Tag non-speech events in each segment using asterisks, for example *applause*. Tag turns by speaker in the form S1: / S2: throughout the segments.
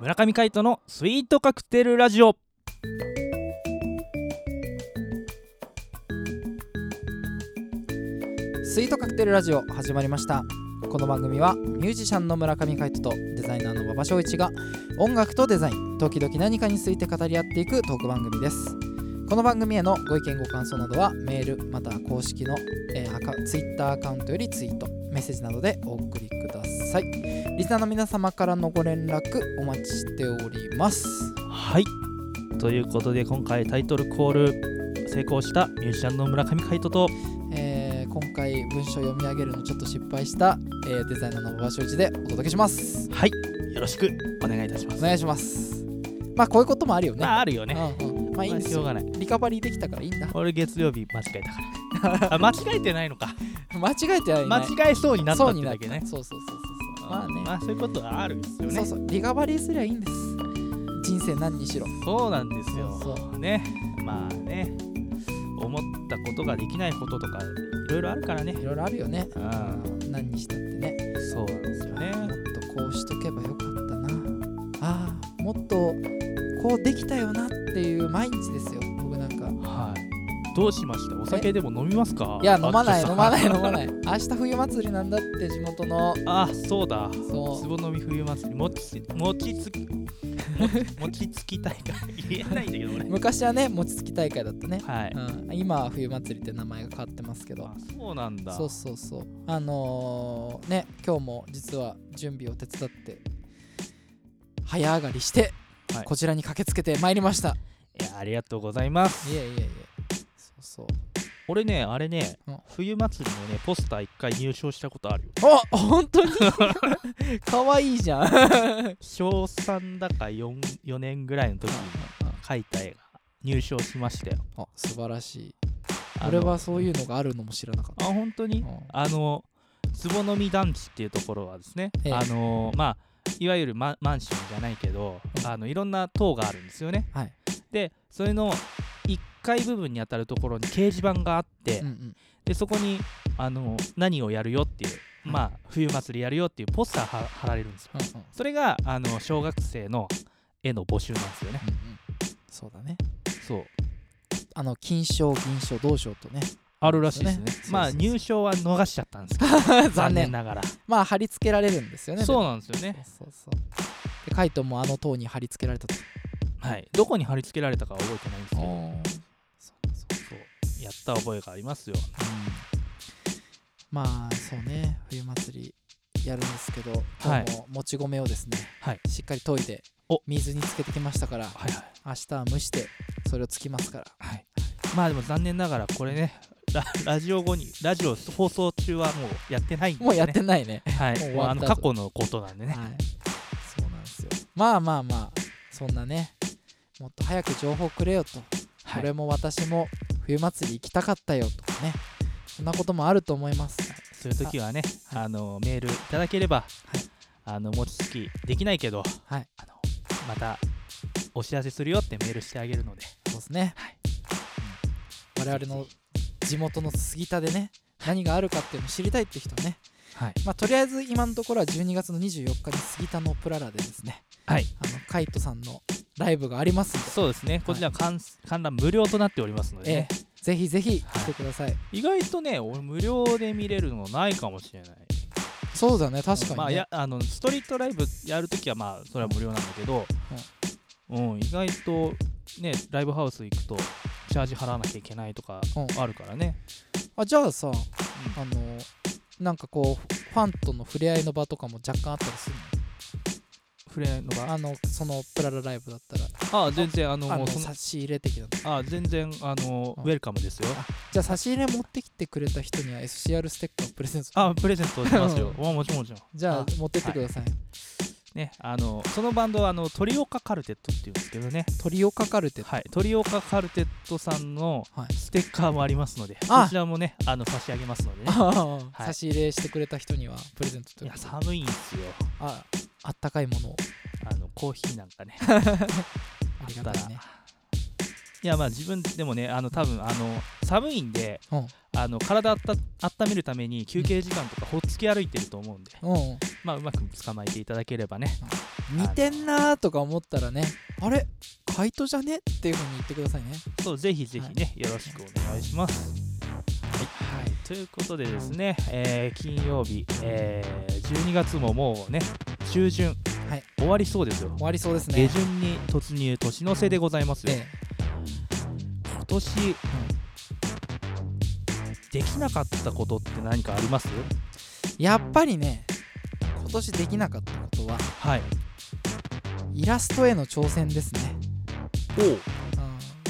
S1: 村上海人のスイートカクテルラジオ
S2: スイートカクテルラジオ始まりましたこの番組はミュージシャンの村上海人とデザイナーの馬場翔一が音楽とデザイン時々何かについて語り合っていくトーク番組ですこの番組へのご意見ご感想などはメールまたは公式の、えーアカツイッターアカウントよりツイートメッセージなどでお送りくださいリスナーの皆様からのご連絡お待ちしております
S1: はいということで今回タイトルコール成功したミュージシャンの村上海人と
S2: えー今回文章読み上げるのちょっと失敗した、えーデザイナーの馬場翔一でお届けします
S1: はいよろしくお願いいたしま
S2: お
S1: す、
S2: 願いしますまあこういうこともあるよね、
S1: まああるよね、
S2: うんうん、まあいいんです
S1: しょう
S2: よ
S1: がない
S2: リカバリーできたからいいんだ
S1: 俺月曜日間違えたからあ間違えてないのか
S2: 間違えてはいな
S1: 間違
S2: い
S1: えそうになった
S2: そう
S1: っ
S2: に
S1: て
S2: なっ
S1: だ
S2: た
S1: けね
S2: そうそうそうそうそう
S1: ま
S2: ま
S1: あ
S2: あ
S1: ね
S2: ね、
S1: まあそういうことはあるんですよね
S2: そうそうリカバリーすりゃいいんです人生何にしろ
S1: そうなんですよ
S2: そう
S1: ねまあね思ったことができないこととかいろいろあるからね
S2: いろいろあるよね
S1: うん
S2: 何にしたってね
S1: そうなんですよね
S2: もっとこうしとけばよかったなあーもっとこうできたよなっていう毎日ですよ僕なんか
S1: はいどうしましたお酒でも飲みますか
S2: いや飲まない
S1: あ
S2: 飲まない
S1: ちょ
S2: 飲
S1: っとさ
S2: まない明日冬祭りなんだって地元の
S1: *laughs* あそうだ
S2: そう
S1: つぼのみ冬祭りもちもちつ
S2: *laughs*
S1: きもちもちつき大会言えないんだけど
S2: *laughs*
S1: 俺
S2: 昔はね餅つき大会だったね、
S1: はい、
S2: うん、今は冬祭りって名前が変わってますけど
S1: あそうなんだ
S2: そうそうそうあのーね今日も実は準備を手伝って早上がりして、
S1: はい
S2: こちらに駆けつけてまいりました
S1: いやありがとうございます
S2: いえいえいえそうそう
S1: 俺ねあれね
S2: うん
S1: 冬祭りのねポスター一回入賞したことあるよ
S2: あ本当に *laughs* 可愛い
S1: *laughs*
S2: じゃん
S1: 小3だか 4, 4年ぐらいの時に書いた絵が入賞しましたよ
S2: あ素晴らしい
S1: あの
S2: 俺はそういうのがあるのも知らなかっ
S1: あ本当に、
S2: うん
S1: あの坪の実団地っていうところはですね、
S2: ええ
S1: あのまあいわゆるマンマンションじゃないけど、
S2: うん
S1: あのいろんな塔があるんですよね
S2: たはい、
S1: でそれの1階部分にあたるところに掲示板があって、
S2: うんうん、
S1: でそこにあの何をやるよっていう、まあ冬祭りやるよっていうポスターは貼られるんですよ
S2: うんうん
S1: それがあの小学生の絵の募集なんですよね
S2: うんうんそうだね
S1: そう
S2: あの金賞銀賞銅賞とね
S1: あるらしいですね
S2: ですね
S1: まあ
S2: そうそうそう
S1: 入賞は逃しちゃったんですけ
S2: *laughs*
S1: ど残念ながら、
S2: まあ貼り付けられるんですよね
S1: そう
S2: う
S1: なんですよね
S2: そうそうでカイトもあの塔に貼り付けられたと
S1: はいどこに貼り付けられたかは覚えてないんですけど
S2: そうそう
S1: そうやった覚えがありますよ
S2: まあそうね冬祭りやるんですけど
S1: は
S2: 今
S1: い
S2: 日ももち米をですね、
S1: はい
S2: しっかり研いで
S1: お
S2: 水につけてきましたから
S1: はいはい
S2: 明日は蒸してそれをつきますから
S1: はいまあでも残念ながらこれねララジオ後にラジオ放送中はもうやってないんですね
S2: もうやってないね
S1: は
S2: もう
S1: い
S2: 終
S1: もう
S2: わ
S1: あ
S2: っ
S1: の
S2: た
S1: 過
S2: と
S1: 去のことなんでね
S2: はいそうなんですよまあまあまあそんなねもっと早く情報くれよと、
S1: はい
S2: 俺も私も冬祭り行きたかったよとかねそんなこともあると思います
S1: そういう時はね
S2: あは
S1: あのメールいただければ
S2: い
S1: あの餅つきできないけど
S2: はい
S1: あのまたお知らせするよってメールしてあげるので
S2: そうですね、
S1: はい
S2: うん我々の地元の杉田でね何があるかっていうのを知りたいって人はね、
S1: はい
S2: まあ、とりあえず今のところは12月の24日に杉田のプララでですね
S1: はい
S2: あのカイトさんのライブがありますので
S1: そうですねこちら観観覧無料となっておりますのでね、
S2: ええぜひぜひ来てください、
S1: 意外とね俺無料で見れるのないかもしれない
S2: そうだね確かに、ね
S1: まあ、やあのストリートライブやるときはまあそれは無料なんだけど、うん意外とねライブハウス行くとチャージ払わなきゃいけないとか
S2: うん
S1: あるからね、
S2: あじゃあさあのなんかこうファンとの触れ合いの場とかも若干あったりする
S1: 触れないの
S2: の
S1: が
S2: あのそのプララライブだったら
S1: ああ全然あのも
S2: あの
S1: うその
S2: 差し入れ的な
S1: あ全然あの
S2: うん
S1: ウェルカムですよ
S2: じゃあ差し入れ持ってきてくれた人には SCR ステッカーをプレゼント
S1: あプレゼントしますよ
S2: う
S1: おもちろんもちろん
S2: じゃあ
S1: あ
S2: 持ってってください、
S1: ねあのそのバンドはあの鳥岡カルテットっていうんですけどね
S2: 鳥をかかるって
S1: はい鳥岡カルテットさんの
S2: はい
S1: ステッカーもありますので
S2: あ
S1: こちらもねあの差し上げますので
S2: *laughs*
S1: ね
S2: ああ
S1: はい
S2: 差し入れしてくれた人にはプレゼントと
S1: い
S2: いう
S1: や
S2: か
S1: 寒いんですよ
S2: ああったかいものを
S1: あのコーヒーなん
S2: *laughs*
S1: かね
S2: あ
S1: あ
S2: り
S1: った
S2: がた
S1: ら
S2: いね
S1: いやまあ自分でもねあの多分あの寒いんで、
S2: うん
S1: あの体あった温めるために休憩時間とかほっつき歩いてると思うんで、
S2: うん
S1: まあ、うまく捕まえていただければね
S2: 似てんなーとか思ったらねあれカイトじゃねっていうふうに言ってくださいね
S1: そうぜひぜひね、よろしくお願いします。はい、ということでですね、えー金曜日、えー12月ももうね中旬、
S2: はい
S1: 終わりそうですよ。
S2: 終わりそうです
S1: 下
S2: ね
S1: 旬に突入年の瀬でございますよ、
S2: え
S1: 今年、できなかったことって何かあります
S2: えやっぱりね今年できなかったことは
S1: はい
S2: イラストへの挑戦ですね、
S1: お
S2: うん、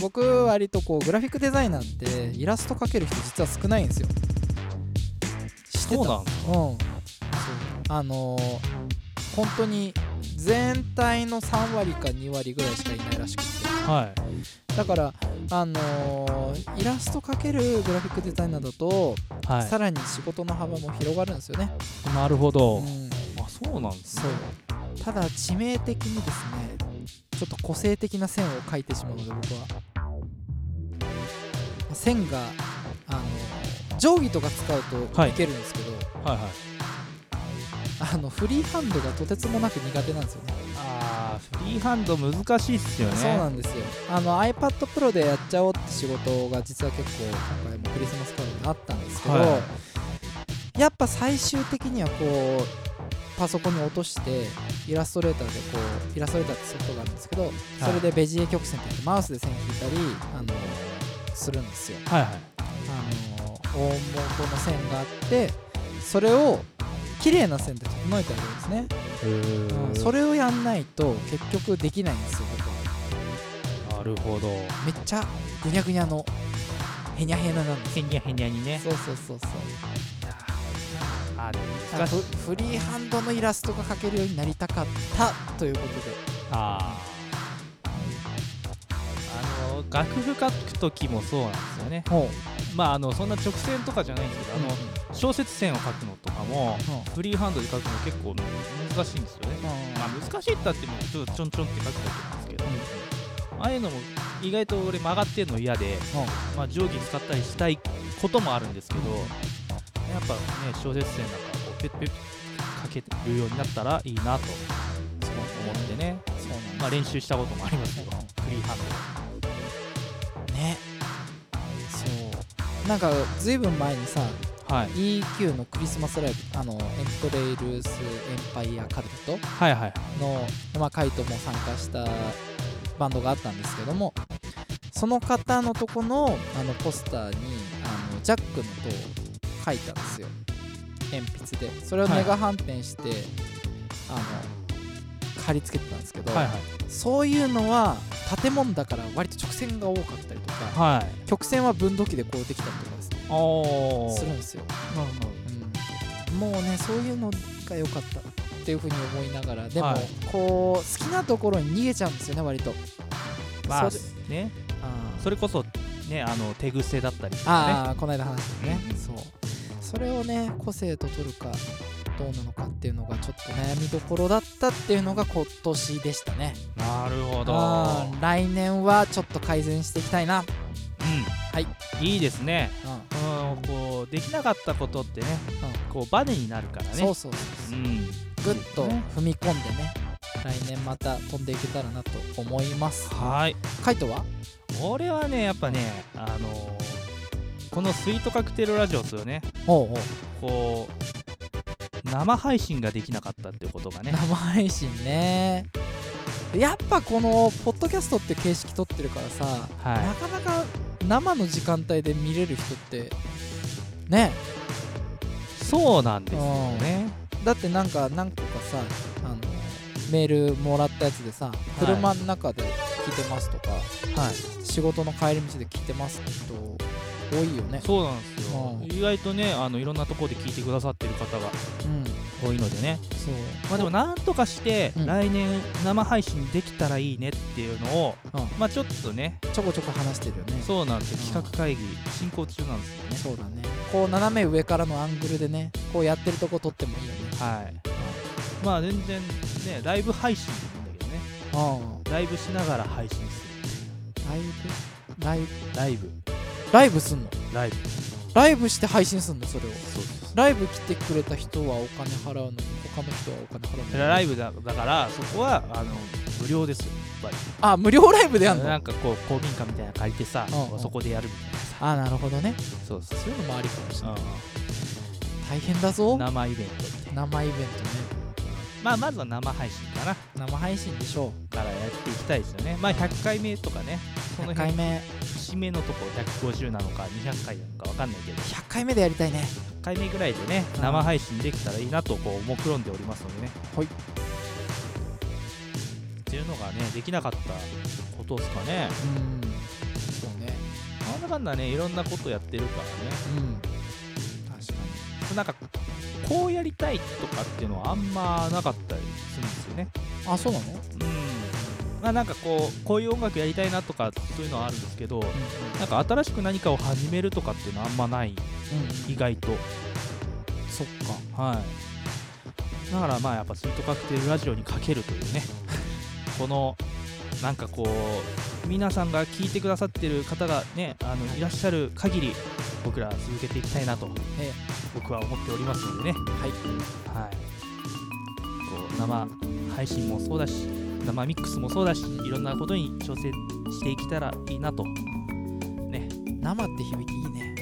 S2: 僕割とこうグラフィックデザイナーってイラスト描ける人実は少ないんですよ知って
S1: そう
S2: た
S1: なんです
S2: うんそうあのー、本当に全体の3割か2割ぐらいしかいないらしくて
S1: はい
S2: だからあのーイラスト描けるグラフィックデザイナーだと、
S1: は
S2: さらに仕事の幅も広がるんですよね、
S1: いなるほど、
S2: うん、
S1: あそうなんですね
S2: そうただ致命的にですねちょっと個性的な線を描いてしまうので僕は線があの定規とか使うと
S1: はい
S2: いけるんですけど、
S1: はいはい
S2: あのフリーハンドがとてつもなく苦手なんですよね
S1: あーフリーハンド難しいっすよね
S2: そうなんですよあの iPad Pro でやっちゃおうって仕事が実は結構今回もクリスマスカードにあったんですけど、
S1: は
S2: やっぱ最終的にはこうパソコンに落としてイラストレーターでこうイラストレーターってソフトがあるんですけど、それでベジエ曲線って言ってマウスで線引いたりあのするんですよ
S1: はいはい
S2: あの大元の線があってそれを綺麗な線で整えてあげるんですね、うんそ
S1: れ
S2: れをやんないと結局できないんですよ僕は
S1: なるほど
S2: めっちゃぐにゃぐにゃのへにゃへにゃなんです
S1: へにゃへにゃにね
S2: そうそうそうそう
S1: あでも
S2: だから
S1: 難し
S2: フ
S1: い
S2: フリーハンドのイラストが描けるようになりたかったということで
S1: あーあの楽譜書く時もそうなんですよね
S2: ほ
S1: まああのそんな直線とかじゃないんですけど
S2: あ
S1: あ
S2: の、
S1: の、小説線を書くのとかも
S2: ほ
S1: フリーハンドで書くの結構難しいんですよね
S2: ううん
S1: まあ難しいって言ってもちょちょんちょんって書くだけなんですけど、ああいうのも意外と俺曲がってるの嫌で、まあ、定規使ったりしたいこともあるんですけど、やっぱね小説線なんかこうペッペッ書けるようになったらいいなと
S2: そう
S1: 思ってね、
S2: そうなんです
S1: まあ、練習したこともありますけどフリーハンド
S2: ねそうなんかずいぶん前にさ
S1: はい、
S2: EQ のクリスマスライブあのエントレイルスエンパイアカルテット
S1: はいはい
S2: の、まあ、カイトも参加したバンドがあったんですけどもその方のとこのあのポスターにあのジャックの塔を書いたんですよ鉛筆でそれを
S1: はい
S2: メガ反転して、あの貼り付けてたんですけど、
S1: はいはい
S2: そういうのは建物だから割と直線が多かったりとか
S1: はい
S2: 曲線は分度器でこうできたりとかです,、ね、
S1: お
S2: するんですよ、
S1: なるほど
S2: うん、もうねそういうのが良かったっていうふうに思いながらでも、
S1: はい
S2: こう好きなところに逃げちゃうんですよね割と
S1: まあ
S2: それ
S1: ね
S2: あー
S1: それこそねあの手癖だったりとかね
S2: あーこの間話したね、
S1: うん
S2: そうそれをね個性と取るかどうなのかっていうのがちょっと悩みどころだったっていうのが今年でしたね
S1: なるほど
S2: あー来年はちょっと改善していきたいな、
S1: うん
S2: はい
S1: いいですね
S2: うん
S1: うんこうできなかったことってね、こうバネになるからね
S2: そうそうそうそう
S1: うん
S2: グッと
S1: ね
S2: 踏み込んでね来年また飛んでいけたらなと思います
S1: はい
S2: カイトは
S1: 俺はねやっぱねあのーこのスイートカクテルラジオですよね
S2: おうおう
S1: こう生配信ができなかったっていうことがね
S2: *laughs* 生配信ねやっぱこのポッドキャストって形式取ってるからさ、な
S1: は
S2: かなか生の時間帯で見れる人ってね
S1: いそうなんですよね
S2: だってなんか何個かさあのメールもらったやつでさ車の中で聞いてますとか、
S1: はい
S2: 仕事の帰り道で聞いてますって人多いよね
S1: そうなんですよ
S2: うん
S1: 意外とねあのいろんなところで聞いてくださってる方が
S2: うん
S1: 多いのでね
S2: そう
S1: まあでもなんとかして
S2: うん
S1: 来年生配信できたらいいねっていうのを、
S2: うん
S1: まあちょっとね
S2: ちょこちょこ話してるよね
S1: そうなんですよ
S2: うん
S1: 企画会議進行中なんですよね
S2: そうだねこう斜め上からのアングルでねこうやってるとこ撮ってもいいよね
S1: はいまあ全然ねライブ配信でもいいんだけどね
S2: うん
S1: ライブしながら配信する
S2: ライブライブ
S1: ライブ
S2: ライブすんの
S1: ライブ
S2: ライブして配信するのそれ
S1: そ
S2: を
S1: うです
S2: ライブ来てくれた人はお金払うのに他の人はお金払うのに
S1: ライブだだからそこはあの無料ですよやっ
S2: あ無料ライブで
S1: ぱ
S2: や
S1: り
S2: んの
S1: なんかこう公民館みたいなの借りてさ、
S2: うんうん
S1: そこでやるみたいなさ
S2: あなるほどね
S1: そうそう
S2: そういうのもありかもしれない
S1: そ
S2: 大変だ
S1: う
S2: ぞ
S1: ん、生イベントみたいな
S2: 生イベントね
S1: まあまずは生配信かな
S2: 生配信でしょ
S1: からやっていきたいですよねまあ100回目とかね
S2: う
S1: その
S2: 100
S1: 辺
S2: 回目
S1: 節目のとこ150なのか200回なのかわかんないけど100
S2: 100回目でやりたいね
S1: 回目ぐらいでね
S2: うん
S1: 生配信できたらいいなとこう目論んでおりますのでね
S2: はい
S1: っていうのがねできなかったことですかね
S2: うんそうね
S1: なんだかんだねいろんなことやってるからね
S2: うん確か
S1: なんかこうやりたいとかっていうのはあんまなかったりするんですよね。
S2: にあそうなの、うん
S1: うん、まあなんかこうこういう音楽やりたいなとかそういうのはあるんですけどなんか新しく何かを始めるとかっていうのはあんまない意外と。
S2: そっか
S1: はい、だからまあやっぱスイートカクテルラジオにかけるというね *laughs* このなんかこう皆さんが聞いてくださってる方がねあのいらっしゃる限り僕ら続けていきたいなと
S2: ええ
S1: 僕は思っておりますのでね。
S2: はい
S1: はい、こう生配信もそうだし生ミックスもそうだしいろんなことに挑戦していけたらいいなとね
S2: 生って響きいいね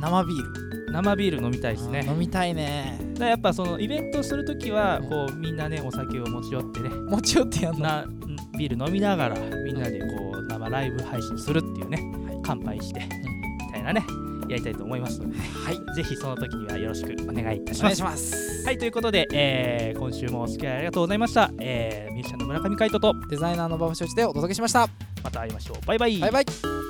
S2: 生ビール
S1: 生ビール飲みたいですね
S2: あー飲みたいね
S1: だからやっぱそのイベントするときは
S2: うん
S1: こうみんなねお酒を持ち寄ってね
S2: 持ち寄ってやんの
S1: なビール飲みながらみんなでこう生ライブ配信するっていうね、乾杯してみたいなねやりたいと思いますので、
S2: はい
S1: ぜひその時にはよろしくお願いいた
S2: お
S1: しま
S2: 願
S1: す
S2: いし。ます
S1: はいということで、えー今週もお付き合いありがとうございました、えーミュージシャンの村上海人と
S2: デザイナーの馬場所一でお届けしました
S1: また会いましょうバイバイ
S2: バイバイ